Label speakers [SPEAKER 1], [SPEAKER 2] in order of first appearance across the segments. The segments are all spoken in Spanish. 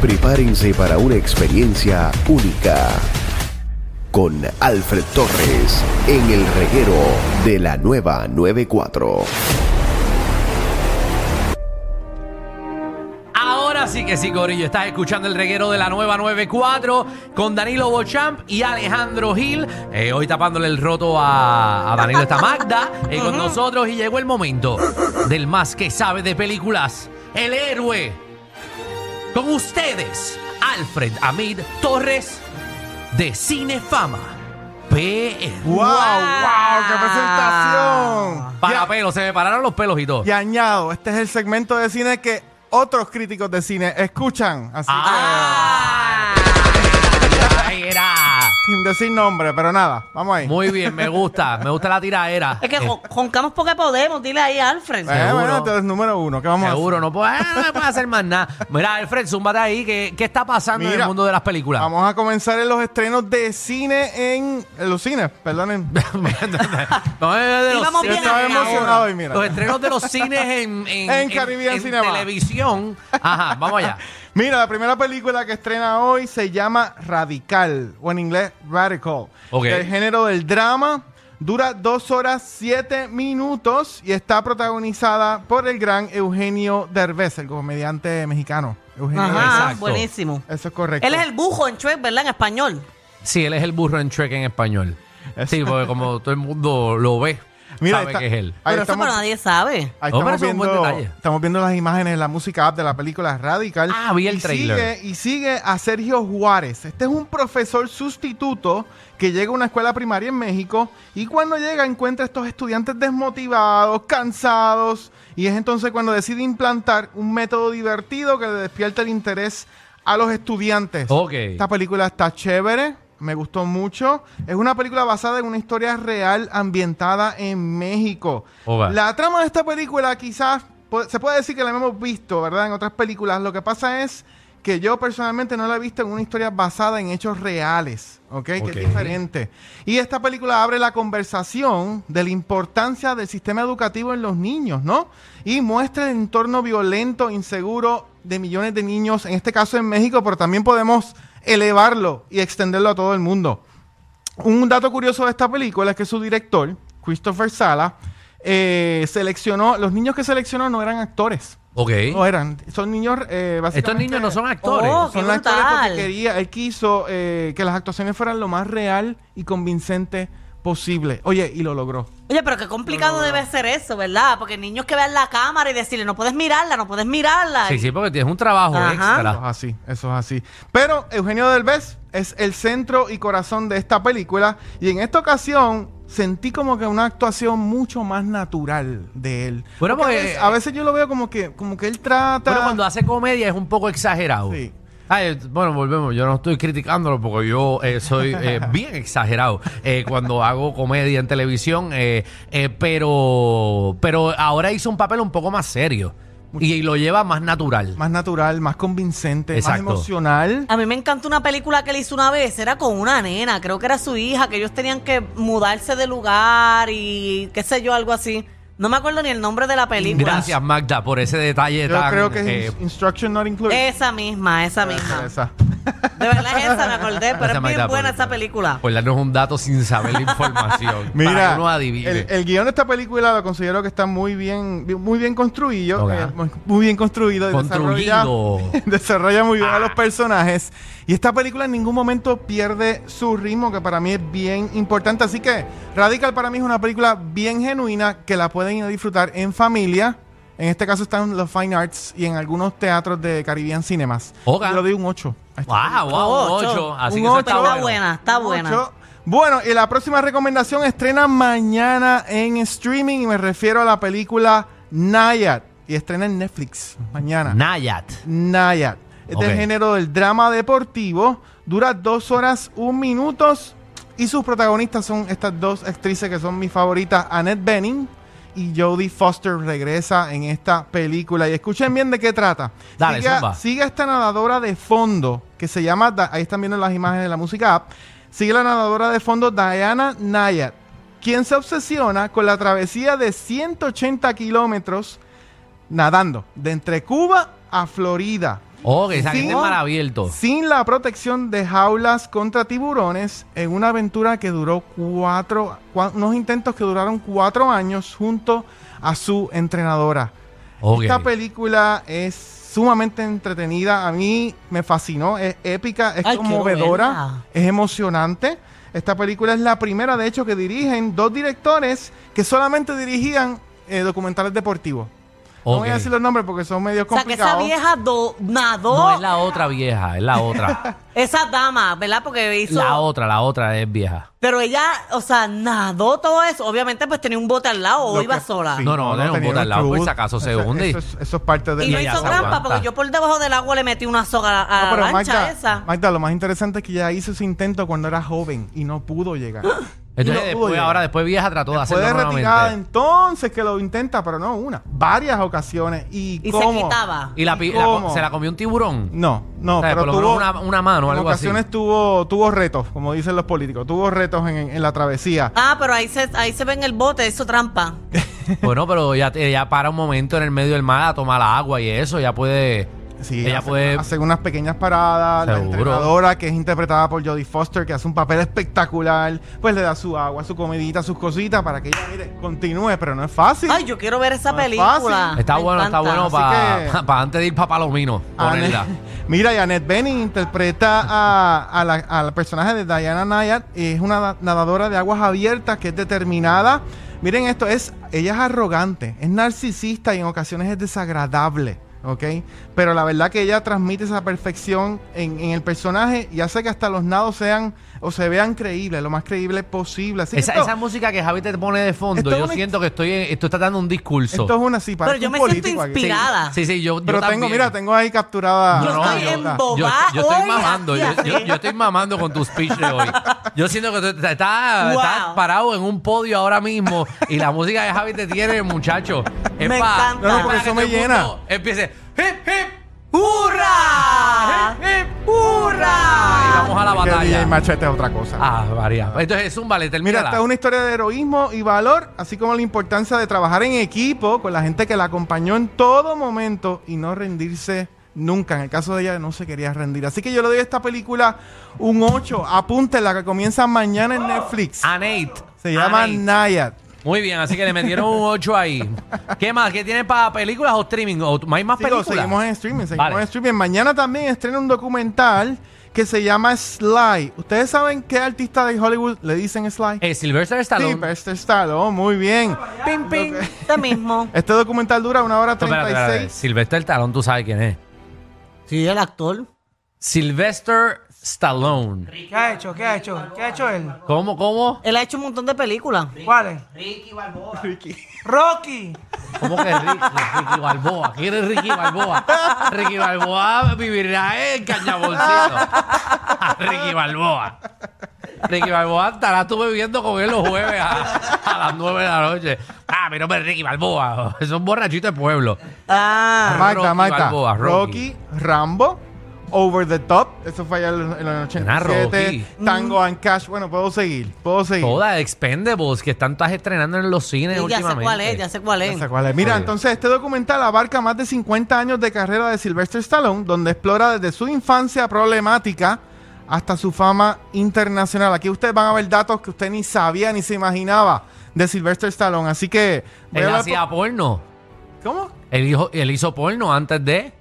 [SPEAKER 1] Prepárense para una experiencia única con Alfred Torres en el reguero de la nueva 94.
[SPEAKER 2] Ahora sí que sí, Corillo. Estás escuchando el reguero de la nueva 94 con Danilo Bochamp y Alejandro Gil. Eh, hoy tapándole el roto a, a Danilo está Magda eh, con nosotros. Y llegó el momento del más que sabe de películas. El héroe. Con ustedes, Alfred Amid Torres de Cinefama. PR.
[SPEAKER 3] ¡Wow! ¡Wow! ¡Qué presentación!
[SPEAKER 2] Para
[SPEAKER 3] Ya-
[SPEAKER 2] pelos, se me pararon los pelos y todo.
[SPEAKER 3] Y añado, este es el segmento de cine que otros críticos de cine escuchan. Así
[SPEAKER 2] ¡Ah! Ahí era.
[SPEAKER 3] que, sin decir nombre, pero nada, vamos ahí.
[SPEAKER 2] Muy bien, me gusta, me gusta la tiraera.
[SPEAKER 4] Es que jon- joncamos porque podemos, dile ahí
[SPEAKER 3] Eh,
[SPEAKER 4] Alfred.
[SPEAKER 2] seguro.
[SPEAKER 3] bueno, este es el número uno. ¿Qué vamos
[SPEAKER 2] Seguro,
[SPEAKER 3] a hacer?
[SPEAKER 2] no puedo, ah, no me puedo hacer más nada. Mira, Alfred, zúmbate ahí. ¿Qué, qué está pasando en el
[SPEAKER 3] Mira,
[SPEAKER 2] mundo de las películas?
[SPEAKER 3] Vamos a comenzar en los estrenos de cine en, en los cines, perdonen.
[SPEAKER 2] No, eh, de los
[SPEAKER 4] Íbamos
[SPEAKER 2] cines
[SPEAKER 4] bien
[SPEAKER 3] Estaba
[SPEAKER 4] ahora.
[SPEAKER 3] emocionado y mira.
[SPEAKER 2] Los estrenos de los cines en, en,
[SPEAKER 3] En Caribbean Cinema.
[SPEAKER 2] televisión. Ajá, vamos allá.
[SPEAKER 3] Mira, la primera película que estrena hoy se llama Radical, o en inglés Radical.
[SPEAKER 2] Ok.
[SPEAKER 3] Del género del drama. Dura dos horas siete minutos y está protagonizada por el gran Eugenio Derbez, el comediante mexicano. Eugenio
[SPEAKER 4] Ajá,
[SPEAKER 3] Derbez.
[SPEAKER 2] eh, Exacto.
[SPEAKER 4] buenísimo.
[SPEAKER 3] Eso es correcto.
[SPEAKER 4] Él es el bujo en Shrek, ¿verdad? En español.
[SPEAKER 2] Sí, él es el burro en Trek en español. Sí, porque como todo el mundo lo ve,
[SPEAKER 3] Mira,
[SPEAKER 2] sabe
[SPEAKER 3] está-
[SPEAKER 2] que es él.
[SPEAKER 3] Ahí
[SPEAKER 4] pero eso
[SPEAKER 3] estamos.
[SPEAKER 4] pero nadie sabe.
[SPEAKER 3] Ahí
[SPEAKER 2] No, pero
[SPEAKER 3] estamos,
[SPEAKER 2] eso es un buen
[SPEAKER 3] viendo,
[SPEAKER 2] detalle.
[SPEAKER 3] estamos viendo las imágenes, la música app de la película Radical.
[SPEAKER 2] Ah, vi el
[SPEAKER 3] y
[SPEAKER 2] trailer.
[SPEAKER 3] Sigue, y sigue a Sergio Juárez. Este es un profesor sustituto que llega a una escuela primaria en México y cuando llega encuentra a estos estudiantes desmotivados, cansados y es entonces cuando decide implantar un método divertido que le despierta el interés a los estudiantes.
[SPEAKER 2] Ok.
[SPEAKER 3] Esta película está chévere, me gustó mucho. Es una película basada en una historia real ambientada en México.
[SPEAKER 2] Oba.
[SPEAKER 3] La trama de esta película quizás po- se puede decir que la hemos visto, ¿verdad? En otras películas. Lo que pasa es que yo personalmente no la he visto en una historia basada en hechos reales, ¿ok? Que
[SPEAKER 2] Ok.
[SPEAKER 3] es diferente. Y esta película abre la conversación de la importancia del sistema educativo en los niños, ¿no? Y muestra el entorno violento, inseguro de millones de niños, en este caso en México, pero también podemos elevarlo y extenderlo a todo el mundo. Un dato curioso de esta película es que su director, Christopher Sala, eh, seleccionó, los niños que seleccionó no eran actores.
[SPEAKER 2] Ok.
[SPEAKER 3] No eran, son niños eh,
[SPEAKER 2] Estos
[SPEAKER 3] básicamente-
[SPEAKER 2] niños no son actores.
[SPEAKER 4] Oh,
[SPEAKER 3] Son
[SPEAKER 4] ¡Qué
[SPEAKER 3] los actores
[SPEAKER 4] brutal!
[SPEAKER 3] porque quería, él quiso eh, que las actuaciones fueran lo más real y convincente posible. Oye, y lo logró.
[SPEAKER 4] Oye, pero qué complicado debe ser eso, ¿verdad? Porque niños que vean la cámara y decirle, no puedes mirarla, no puedes mirarla.
[SPEAKER 2] Sí, sí, porque tienes un trabajo
[SPEAKER 4] Ajá.
[SPEAKER 3] Eso es
[SPEAKER 2] extra.
[SPEAKER 3] así, eso es así. Pero Eugenio Derbez es el centro y corazón de esta película y en esta ocasión sentí como que una actuación mucho más natural de él.
[SPEAKER 2] Bueno,
[SPEAKER 3] a,
[SPEAKER 2] porque-
[SPEAKER 3] veces, a veces yo lo veo como que como que él trata
[SPEAKER 2] Pero cuando hace comedia es un poco exagerado.
[SPEAKER 3] Sí.
[SPEAKER 2] Ay, bueno, volvemos. Yo no estoy criticándolo porque yo eh, soy eh, bien exagerado eh, cuando hago comedia en televisión. eh, eh, pero, pero ahora hizo un papel un poco más serio y, y lo lleva más natural.
[SPEAKER 3] más natural, más convincente,
[SPEAKER 2] Exacto. Ah,
[SPEAKER 3] más emocional.
[SPEAKER 4] A mí me encantó una película que él hizo una vez, era con una nena, creo que era su hija, que ellos tenían que mudarse de lugar y qué sé yo, algo así. No me acuerdo ni el nombre de la película.
[SPEAKER 2] Gracias, Magda, por ese detalle
[SPEAKER 3] Yo
[SPEAKER 2] tan.
[SPEAKER 3] creo que es
[SPEAKER 2] eh,
[SPEAKER 3] ins- Instruction Not Included.
[SPEAKER 4] Esa misma, esa misma.
[SPEAKER 3] Esa.
[SPEAKER 4] De verdad es esa, me acordé, pero
[SPEAKER 2] Gracias,
[SPEAKER 4] es
[SPEAKER 2] Magda,
[SPEAKER 4] bien buena
[SPEAKER 2] por- Pues,
[SPEAKER 4] esa película.
[SPEAKER 2] por darnos un dato sin saber la información. para
[SPEAKER 3] Mira,
[SPEAKER 2] que uno adivine.
[SPEAKER 3] el, el guión de esta película lo considero que está muy bien, muy bien construido,
[SPEAKER 2] Ok.
[SPEAKER 3] eh, muy- muy bien construido, y desarrolla,
[SPEAKER 2] Construido. Ah.
[SPEAKER 3] desarrolla muy bien a los personajes. Y esta película en ningún momento pierde su ritmo, que para mí es bien importante. Así que Radical para mí es una película bien genuina que la pueden ir a disfrutar en familia. En este caso están los Fine Arts y en algunos teatros de Caribbean Cinemas.
[SPEAKER 2] Ok.
[SPEAKER 3] Yo le doy un 8.
[SPEAKER 2] Wow, wow,
[SPEAKER 4] Ocho.
[SPEAKER 2] 8. Así
[SPEAKER 3] Un
[SPEAKER 2] que eso
[SPEAKER 3] ocho.
[SPEAKER 2] está
[SPEAKER 4] Está
[SPEAKER 2] bueno.
[SPEAKER 4] buena, Ah, está buena.
[SPEAKER 3] Mucho. Bueno, y la próxima recomendación estrena mañana en streaming y me refiero a la película Nayad. Y estrena en Netflix mañana.
[SPEAKER 2] Nayat.
[SPEAKER 3] Nayad. Es
[SPEAKER 2] Ok.
[SPEAKER 3] del género del drama deportivo. Dura dos horas, un minutos. Y sus protagonistas son estas dos actrices que son mis favoritas, Annette Bening y Jodie Foster regresa en esta película. Y escuchen bien de qué trata.
[SPEAKER 2] Dale,
[SPEAKER 3] sigue,
[SPEAKER 2] zumba.
[SPEAKER 3] sigue a esta nadadora de fondo que se llama, Da- ahí están viendo las imágenes de la música app, sigue la nadadora de fondo Diana Nayat, quien se obsesiona con la travesía de 180 kilómetros nadando de entre Cuba a Florida.
[SPEAKER 2] Oh, que esa
[SPEAKER 3] Sí.
[SPEAKER 2] gente es mal abierto.
[SPEAKER 3] Sin la protección de jaulas contra tiburones, en una aventura que duró cuatro, cua- unos intentos que duraron cuatro años junto a su entrenadora.
[SPEAKER 2] Ok.
[SPEAKER 3] Esta película es sumamente entretenida, a mí me fascinó, es épica, es
[SPEAKER 4] Ay, quiero verla.
[SPEAKER 3] conmovedora, es emocionante. Esta película es la primera, de hecho, que dirigen dos directores que solamente dirigían eh, documentales deportivos. No voy
[SPEAKER 2] Ok.
[SPEAKER 3] a decir los nombres porque son medios
[SPEAKER 4] O sea, que esa
[SPEAKER 3] complicados.
[SPEAKER 4] vieja do- nadó.
[SPEAKER 2] No es la otra vieja, es la otra.
[SPEAKER 4] Esa dama, ¿verdad? Porque hizo.
[SPEAKER 2] la otra, la otra es vieja.
[SPEAKER 4] Pero ella, o sea, nadó todo eso. Obviamente, pues tenía un bote al lado o
[SPEAKER 3] Lo
[SPEAKER 4] iba
[SPEAKER 3] que-
[SPEAKER 4] sola.
[SPEAKER 3] sí,
[SPEAKER 2] No, no, tenía un
[SPEAKER 3] tenía
[SPEAKER 2] bote al lado,
[SPEAKER 3] club.
[SPEAKER 2] por si acaso se
[SPEAKER 3] Eso-
[SPEAKER 2] hunde.
[SPEAKER 3] Eso, es- eso es parte de...
[SPEAKER 4] Y no
[SPEAKER 2] ella
[SPEAKER 4] hizo
[SPEAKER 2] se
[SPEAKER 4] trampa
[SPEAKER 2] aguanta.
[SPEAKER 4] porque yo por debajo del agua le metí una soga a, a
[SPEAKER 3] No, pero
[SPEAKER 4] la lancha
[SPEAKER 3] Magda,
[SPEAKER 4] esa.
[SPEAKER 3] Magda, lo más interesante es que ya hizo ese intento cuando era joven y no pudo llegar.
[SPEAKER 2] Entonces,
[SPEAKER 3] No pudo
[SPEAKER 2] después,
[SPEAKER 3] llegar.
[SPEAKER 2] ahora después vieja trató de
[SPEAKER 3] Fue
[SPEAKER 2] hacerlo
[SPEAKER 3] de retirada
[SPEAKER 2] nuevamente.
[SPEAKER 3] entonces que lo intenta, pero no una, varias ocasiones. ¿Y,
[SPEAKER 4] y
[SPEAKER 3] cómo?
[SPEAKER 4] se quitaba.
[SPEAKER 2] Y la, pi-
[SPEAKER 3] ¿Y
[SPEAKER 2] la co-
[SPEAKER 3] cómo?
[SPEAKER 2] se la comió un tiburón.
[SPEAKER 3] No, no,
[SPEAKER 2] O sea,
[SPEAKER 3] pero
[SPEAKER 2] por lo menos
[SPEAKER 3] tuvo
[SPEAKER 2] una- una mano o
[SPEAKER 3] en
[SPEAKER 2] algo así.
[SPEAKER 3] ocasiones tuvo tuvo retos, como dicen los políticos, tuvo retos en, en la travesía.
[SPEAKER 4] Ah, pero ahí se, ahí se ve en el bote, hizo trampa.
[SPEAKER 2] Bueno, pero ya, ella para un momento en el medio del mar a tomar agua y eso, ya puede.
[SPEAKER 3] Sí,
[SPEAKER 2] ella
[SPEAKER 3] hace,
[SPEAKER 2] puede.
[SPEAKER 3] hace unas pequeñas paradas, la
[SPEAKER 2] Seguro.
[SPEAKER 3] entrenadora que es interpretada por Jodie Foster, que hace un papel espectacular, pues le da su agua, su comidita, sus cositas para que ella mire, continúe, pero no es fácil.
[SPEAKER 4] Ay, yo quiero ver esa
[SPEAKER 3] No es
[SPEAKER 4] película.
[SPEAKER 3] fácil.
[SPEAKER 2] Está
[SPEAKER 4] Me
[SPEAKER 2] bueno, está
[SPEAKER 4] encanta.
[SPEAKER 2] bueno
[SPEAKER 3] Así
[SPEAKER 2] para
[SPEAKER 3] que- Ah,
[SPEAKER 2] antes de ir para Palomino.
[SPEAKER 3] Annette-
[SPEAKER 2] Ponerla.
[SPEAKER 3] Mira, y Annette Bening interpreta a, a la- al personaje de Diana Nayat. Es una da- nadadora de aguas abiertas que es determinada. Miren esto, es, ella es arrogante, es narcisista y en ocasiones es desagradable. ¿ok? Pero la verdad que ella transmite esa perfección en, en el personaje y hace que hasta los nados sean o se vean creíbles, lo más creíble posible. Así que
[SPEAKER 2] Esa,
[SPEAKER 3] esto,
[SPEAKER 2] esa música que Javi te pone de fondo,
[SPEAKER 3] esto es
[SPEAKER 2] yo
[SPEAKER 3] una-
[SPEAKER 2] siento que estoy, esto está dando un discurso.
[SPEAKER 3] esto es una sí,
[SPEAKER 4] Pero
[SPEAKER 3] parece
[SPEAKER 4] yo
[SPEAKER 3] un
[SPEAKER 4] me siento
[SPEAKER 3] político aquí.
[SPEAKER 4] inspirada.
[SPEAKER 2] Sí, sí, yo, yo
[SPEAKER 3] Pero tengo,
[SPEAKER 2] también.
[SPEAKER 3] mira, tengo ahí capturada.
[SPEAKER 4] Yo
[SPEAKER 2] No, no,
[SPEAKER 4] estoy
[SPEAKER 2] yo- Yo,
[SPEAKER 4] embobada
[SPEAKER 2] yo estoy
[SPEAKER 4] hoy,
[SPEAKER 2] mamando, yo,
[SPEAKER 4] así,
[SPEAKER 2] yo-
[SPEAKER 4] así.
[SPEAKER 2] yo estoy mamando con tu speech de hoy. Yo siento que tú estás estás-
[SPEAKER 4] Wow.
[SPEAKER 2] estás parado en un podio ahora mismo y la música de Javi te tiene, muchacho. Es
[SPEAKER 4] Me
[SPEAKER 2] pa-
[SPEAKER 4] encanta. No, no, porque
[SPEAKER 2] para
[SPEAKER 3] eso
[SPEAKER 2] que todo
[SPEAKER 3] me
[SPEAKER 2] el
[SPEAKER 3] llena.
[SPEAKER 2] mundo Empiece. ¡Hip, hip! ¡Hurra! ¡Hip, hip! ¡Hurra! Y vamos a la
[SPEAKER 3] Que DJ
[SPEAKER 2] batalla.
[SPEAKER 3] Machete es otra cosa.
[SPEAKER 2] Ah, María. Entonces, Zúmbale,
[SPEAKER 3] Mira,
[SPEAKER 2] termina.
[SPEAKER 3] esta es una historia de heroísmo y valor, así como la importancia de trabajar en equipo con la gente que la acompañó en todo momento y no rendirse nunca. En el caso de ella no se quería rendir. Así que yo le doy a esta película un 8. Apúntela que comienza mañana en Netflix.
[SPEAKER 2] A Nate.
[SPEAKER 3] Se llama
[SPEAKER 2] A Nate.
[SPEAKER 3] Nayat.
[SPEAKER 2] Muy bien, así que le metieron un 8 ahí. ¿Qué más? ¿Qué tiene para películas o streaming? ¿O ¿Hay más
[SPEAKER 3] Sigo,
[SPEAKER 2] películas?
[SPEAKER 3] seguimos en streaming, seguimos
[SPEAKER 2] Vale.
[SPEAKER 3] en streaming. Mañana también estrena un documental que se llama Sly. ¿Ustedes saben qué artista de Hollywood le dicen Sly?
[SPEAKER 2] Eh, Sylvester Stallone.
[SPEAKER 3] Sylvester Stallone, muy bien.
[SPEAKER 2] Ping, ping.
[SPEAKER 4] Este mismo.
[SPEAKER 3] Este documental dura una hora
[SPEAKER 2] No, espérate, espérate.
[SPEAKER 3] 36.
[SPEAKER 2] Sylvester Stallone, tú sabes quién es.
[SPEAKER 4] Sí, el actor.
[SPEAKER 2] Sylvester Stallone.
[SPEAKER 5] ¿Qué ha hecho? ¿Qué ha hecho? ¿Qué ha hecho él?
[SPEAKER 2] ¿Cómo, cómo?
[SPEAKER 4] Él ha hecho un montón de películas.
[SPEAKER 5] ¿Cuál es? Ricky Balboa. Ricky. Rocky.
[SPEAKER 2] ¿Cómo que Ricky, Ricky Balboa? ¿Quién es Ricky Balboa? Ricky Balboa vivirá en Cañabolcito. Ricky Balboa. Ricky Balboa estará tú bebiendo con él los jueves a, a las 9 de la noche. Ah, mi nombre es Ricky Balboa. Es un borrachito de pueblo.
[SPEAKER 4] Ah.
[SPEAKER 3] Magda,
[SPEAKER 2] Rocky
[SPEAKER 3] Magda.
[SPEAKER 2] Balboa, Rocky.
[SPEAKER 3] Rocky. Rambo, Over the Top. Eso fue allá en el- en el
[SPEAKER 2] Era
[SPEAKER 3] 87. Tango and Cash. Bueno, puedo seguir, puedo seguir.
[SPEAKER 2] Todas Expendables que están todas estrenando en los cines
[SPEAKER 4] Sí, ya sé
[SPEAKER 2] últimamente.
[SPEAKER 4] cuál es, ya sé cuál
[SPEAKER 3] Ya
[SPEAKER 4] es.
[SPEAKER 3] sé cuál es. Mira,
[SPEAKER 2] Sí.
[SPEAKER 3] entonces este documental abarca más de 50 años de carrera de Sylvester Stallone, donde explora desde su infancia problemática hasta su fama internacional. Aquí ustedes van a ver datos que usted ni sabía ni se imaginaba de Sylvester Stallone. Así que... voy a
[SPEAKER 2] Él
[SPEAKER 3] hablar
[SPEAKER 2] hacía porno.
[SPEAKER 3] po- ¿Cómo?
[SPEAKER 2] Él hizo, él hizo porno antes de.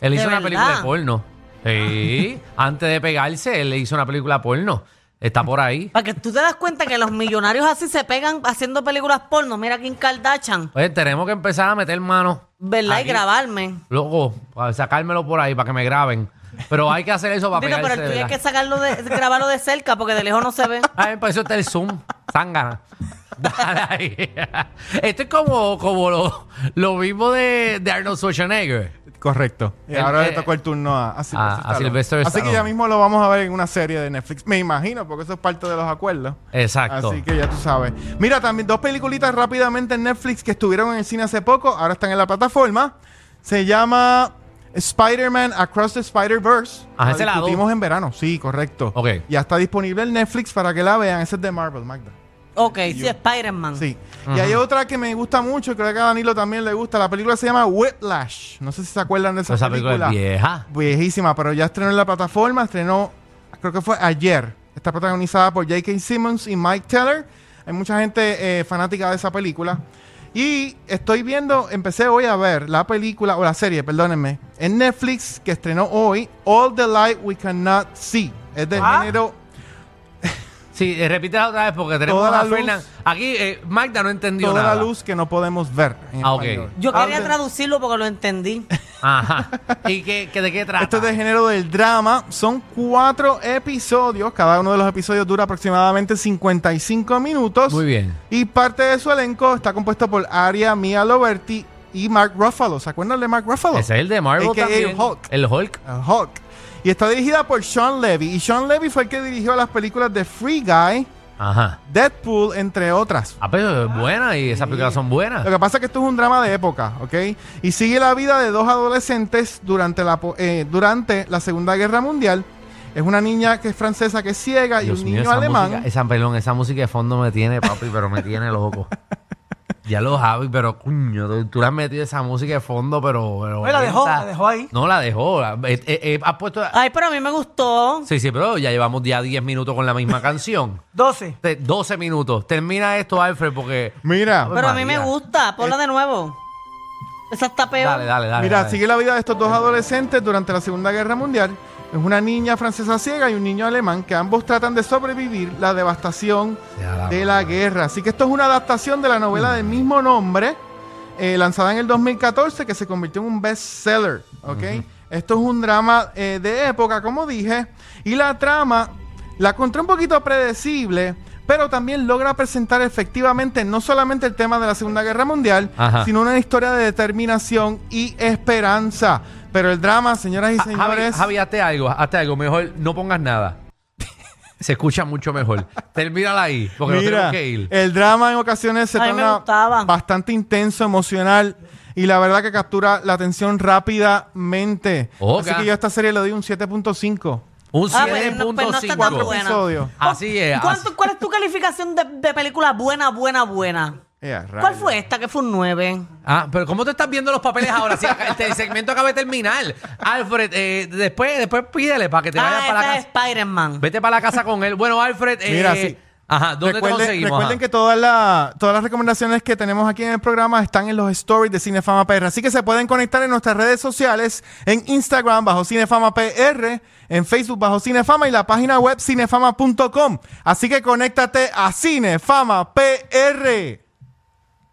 [SPEAKER 2] Él
[SPEAKER 4] ¿De
[SPEAKER 2] hizo una
[SPEAKER 4] verdad?
[SPEAKER 2] película de porno. Sí. antes de pegarse, él le hizo una película porno. Está por ahí.
[SPEAKER 4] Para que tú te das cuenta que los millonarios así se pegan haciendo películas porno. Mira Kim Kardashian,
[SPEAKER 2] Oye, tenemos que empezar a meter mano.
[SPEAKER 4] ¿verdad?
[SPEAKER 2] Aquí.
[SPEAKER 4] Y grabarme.
[SPEAKER 2] Loco, para sacármelo por ahí para que me graben. Pero hay que hacer eso para
[SPEAKER 4] Digo,
[SPEAKER 2] pegarse.
[SPEAKER 4] pero tú tienes
[SPEAKER 2] ¿verdad? Ah,
[SPEAKER 4] que sacarlo de, grabarlo de cerca porque de lejos no se ve.
[SPEAKER 2] Ay, para eso está el Zoom. Zángana. Dale ahí. Esto es como, como lo, lo mismo de, de Arnold Schwarzenegger.
[SPEAKER 3] Correcto. Y
[SPEAKER 2] El-
[SPEAKER 3] ahora
[SPEAKER 2] eh,
[SPEAKER 3] le tocó el turno a, a Sylvester
[SPEAKER 2] a
[SPEAKER 3] Stallone.
[SPEAKER 2] Sylvester
[SPEAKER 3] Así
[SPEAKER 2] Stallone.
[SPEAKER 3] que ya mismo lo vamos a ver en una serie de Netflix. Me imagino, porque eso es parte de los acuerdos.
[SPEAKER 2] Exacto.
[SPEAKER 3] Así que ya tú sabes. Mira, también dos peliculitas rápidamente en Netflix que estuvieron en el cine hace poco, ahora están en la plataforma. Se llama Spider-Man Across the Spider-Verse.
[SPEAKER 2] Ah, ese la
[SPEAKER 3] discutimos en verano. Sí, correcto.
[SPEAKER 2] Ok.
[SPEAKER 3] Ya está disponible en Netflix para que la vean. Ese es de Marvel, Magda.
[SPEAKER 4] Ok, sí, Spider-Man.
[SPEAKER 3] Sí. Y hay otra que me gusta mucho, creo que a Danilo también le gusta. La película se llama Whiplash. No sé si se acuerdan de esa,
[SPEAKER 2] Esa película es vieja.
[SPEAKER 3] Viejísima, pero ya estrenó en la plataforma, estrenó, creo que fue ayer. Está protagonizada por J.K. Simmons y Mike Teller. Hay mucha gente eh, fanática de esa película. Y estoy viendo, empecé hoy a ver la película, o la serie, perdónenme, en Netflix que estrenó hoy, All the Light We Cannot See. Es del
[SPEAKER 5] Ah.
[SPEAKER 3] género
[SPEAKER 2] Sí, eh, repítela otra vez porque tenemos
[SPEAKER 3] Toda la
[SPEAKER 2] a
[SPEAKER 3] luz.
[SPEAKER 2] Fernan. Aquí eh, Magda no entendió
[SPEAKER 3] Toda
[SPEAKER 2] nada.
[SPEAKER 3] la luz que no podemos ver. en
[SPEAKER 2] Ah, ok.
[SPEAKER 3] español.
[SPEAKER 4] Yo
[SPEAKER 3] All
[SPEAKER 4] quería
[SPEAKER 3] the-
[SPEAKER 4] traducirlo porque lo entendí.
[SPEAKER 2] Ajá. ¿Y qué, qué- de qué trata?
[SPEAKER 3] Esto Este es de género del drama. Son cuatro episodios. Cada uno de los episodios dura aproximadamente 55 minutos.
[SPEAKER 2] Muy bien.
[SPEAKER 3] Y parte de su elenco está compuesto por Aria, Mia Loberti y Mark Ruffalo. ¿Se acuerdan de Mark Ruffalo?
[SPEAKER 2] Ese es el de Marvel
[SPEAKER 3] AKA
[SPEAKER 2] también.
[SPEAKER 3] Hulk.
[SPEAKER 2] El Hulk.
[SPEAKER 3] El Hulk. Y está dirigida por Sean Levy. Y Sean Levy fue el que dirigió las películas de Free Guy,
[SPEAKER 2] Ajá.
[SPEAKER 3] Deadpool, entre otras.
[SPEAKER 2] Ah, pero es buena y esas películas son buenas.
[SPEAKER 3] Lo que pasa es que esto es un drama de época, ¿ok? Y sigue la vida de dos adolescentes durante la, po- eh, durante la Segunda Guerra Mundial. Es una niña que es francesa, que es ciega, y
[SPEAKER 2] Dios
[SPEAKER 3] un
[SPEAKER 2] mío,
[SPEAKER 3] niño
[SPEAKER 2] esa
[SPEAKER 3] alemán.
[SPEAKER 2] música, esa, perdón, esa música de fondo me tiene, papi, pero me tiene loco. Ya lo Javi, pero cuño, tú, tú le has metido esa música de fondo, pero... pero
[SPEAKER 5] Oye, la dejó,
[SPEAKER 2] lenta.
[SPEAKER 5] la dejó ahí.
[SPEAKER 2] No, la dejó. la- eh, eh, eh, has puesto...
[SPEAKER 3] Ah.
[SPEAKER 4] Ay, pero a mí me gustó.
[SPEAKER 2] Sí, sí, pero ya llevamos ya 10 minutos con la misma canción.
[SPEAKER 5] 12.
[SPEAKER 2] Te- 12 minutos. Termina esto, Alfred, porque...
[SPEAKER 3] Mira,
[SPEAKER 4] Pero a mí me
[SPEAKER 2] pues, María.
[SPEAKER 4] gusta. Ponla de nuevo. Esa está peor.
[SPEAKER 2] Dale, dale, dale.
[SPEAKER 3] mira,
[SPEAKER 2] dale.
[SPEAKER 3] sigue la vida de estos dos adolescentes durante la Segunda Guerra Mundial. Es una niña francesa ciega y un niño alemán que ambos tratan de sobrevivir la devastación
[SPEAKER 2] Ya la
[SPEAKER 3] de la
[SPEAKER 2] madre. Mm.
[SPEAKER 3] guerra. Así que esto es una adaptación de la novela del mismo nombre, eh, lanzada en el 2014, que se convirtió en un bestseller. ¿ok? Esto es un drama eh, de época, como dije, y la trama la encontré un poquito predecible, pero también logra presentar efectivamente no solamente el tema de la Segunda Guerra Mundial,
[SPEAKER 2] Ajá.
[SPEAKER 3] sino una historia de determinación y esperanza. Pero el drama, señoras y
[SPEAKER 2] Ah, Javi,
[SPEAKER 3] señores,
[SPEAKER 2] Javi, hazte algo, hazte algo. Mejor no pongas nada. Se escucha mucho mejor. Termínala ahí, porque no
[SPEAKER 3] Mira,
[SPEAKER 2] tenemos que ir.
[SPEAKER 3] el drama en ocasiones se
[SPEAKER 4] A mí me
[SPEAKER 3] torna
[SPEAKER 4] gustaba.
[SPEAKER 3] bastante intenso, emocional y la verdad que captura la atención rápidamente.
[SPEAKER 2] Oca.
[SPEAKER 3] Así que yo a esta serie le doy un 7.5.
[SPEAKER 2] Un
[SPEAKER 4] Ah, pues, no- pues, no está tan
[SPEAKER 2] 7.5.
[SPEAKER 4] buena.
[SPEAKER 3] episodios.
[SPEAKER 2] Así es.
[SPEAKER 4] ¿Cuánto-
[SPEAKER 2] así-
[SPEAKER 4] ¿Cuál es tu calificación de, de película buena, buena, buena?
[SPEAKER 3] Eh,
[SPEAKER 4] ¿Cuál
[SPEAKER 3] rayos.
[SPEAKER 4] fue esta que fue un 9?
[SPEAKER 2] Ah, pero ¿cómo te estás viendo los papeles ahora? Si acá- este, el segmento acaba de terminar. Alfred, eh, después, después pídele para que te vayas
[SPEAKER 4] Ah,
[SPEAKER 2] para la
[SPEAKER 4] esa es
[SPEAKER 2] casa.
[SPEAKER 4] Spider-Man.
[SPEAKER 2] Vete para la casa con él. Bueno, Alfred, eh,
[SPEAKER 3] Mira, sí.
[SPEAKER 2] ajá, ¿dónde te
[SPEAKER 3] Recuerden,
[SPEAKER 2] conseguimos?
[SPEAKER 3] recuerden
[SPEAKER 2] Ajá.
[SPEAKER 3] que todas, la- todas las recomendaciones que tenemos aquí en el programa están en los stories de Cinefama PR. Así que se pueden conectar en nuestras redes sociales, en Instagram bajo Cinefama PR, en Facebook bajo Cinefama y la página web cinefama.com. Así que conéctate a Cinefama PR.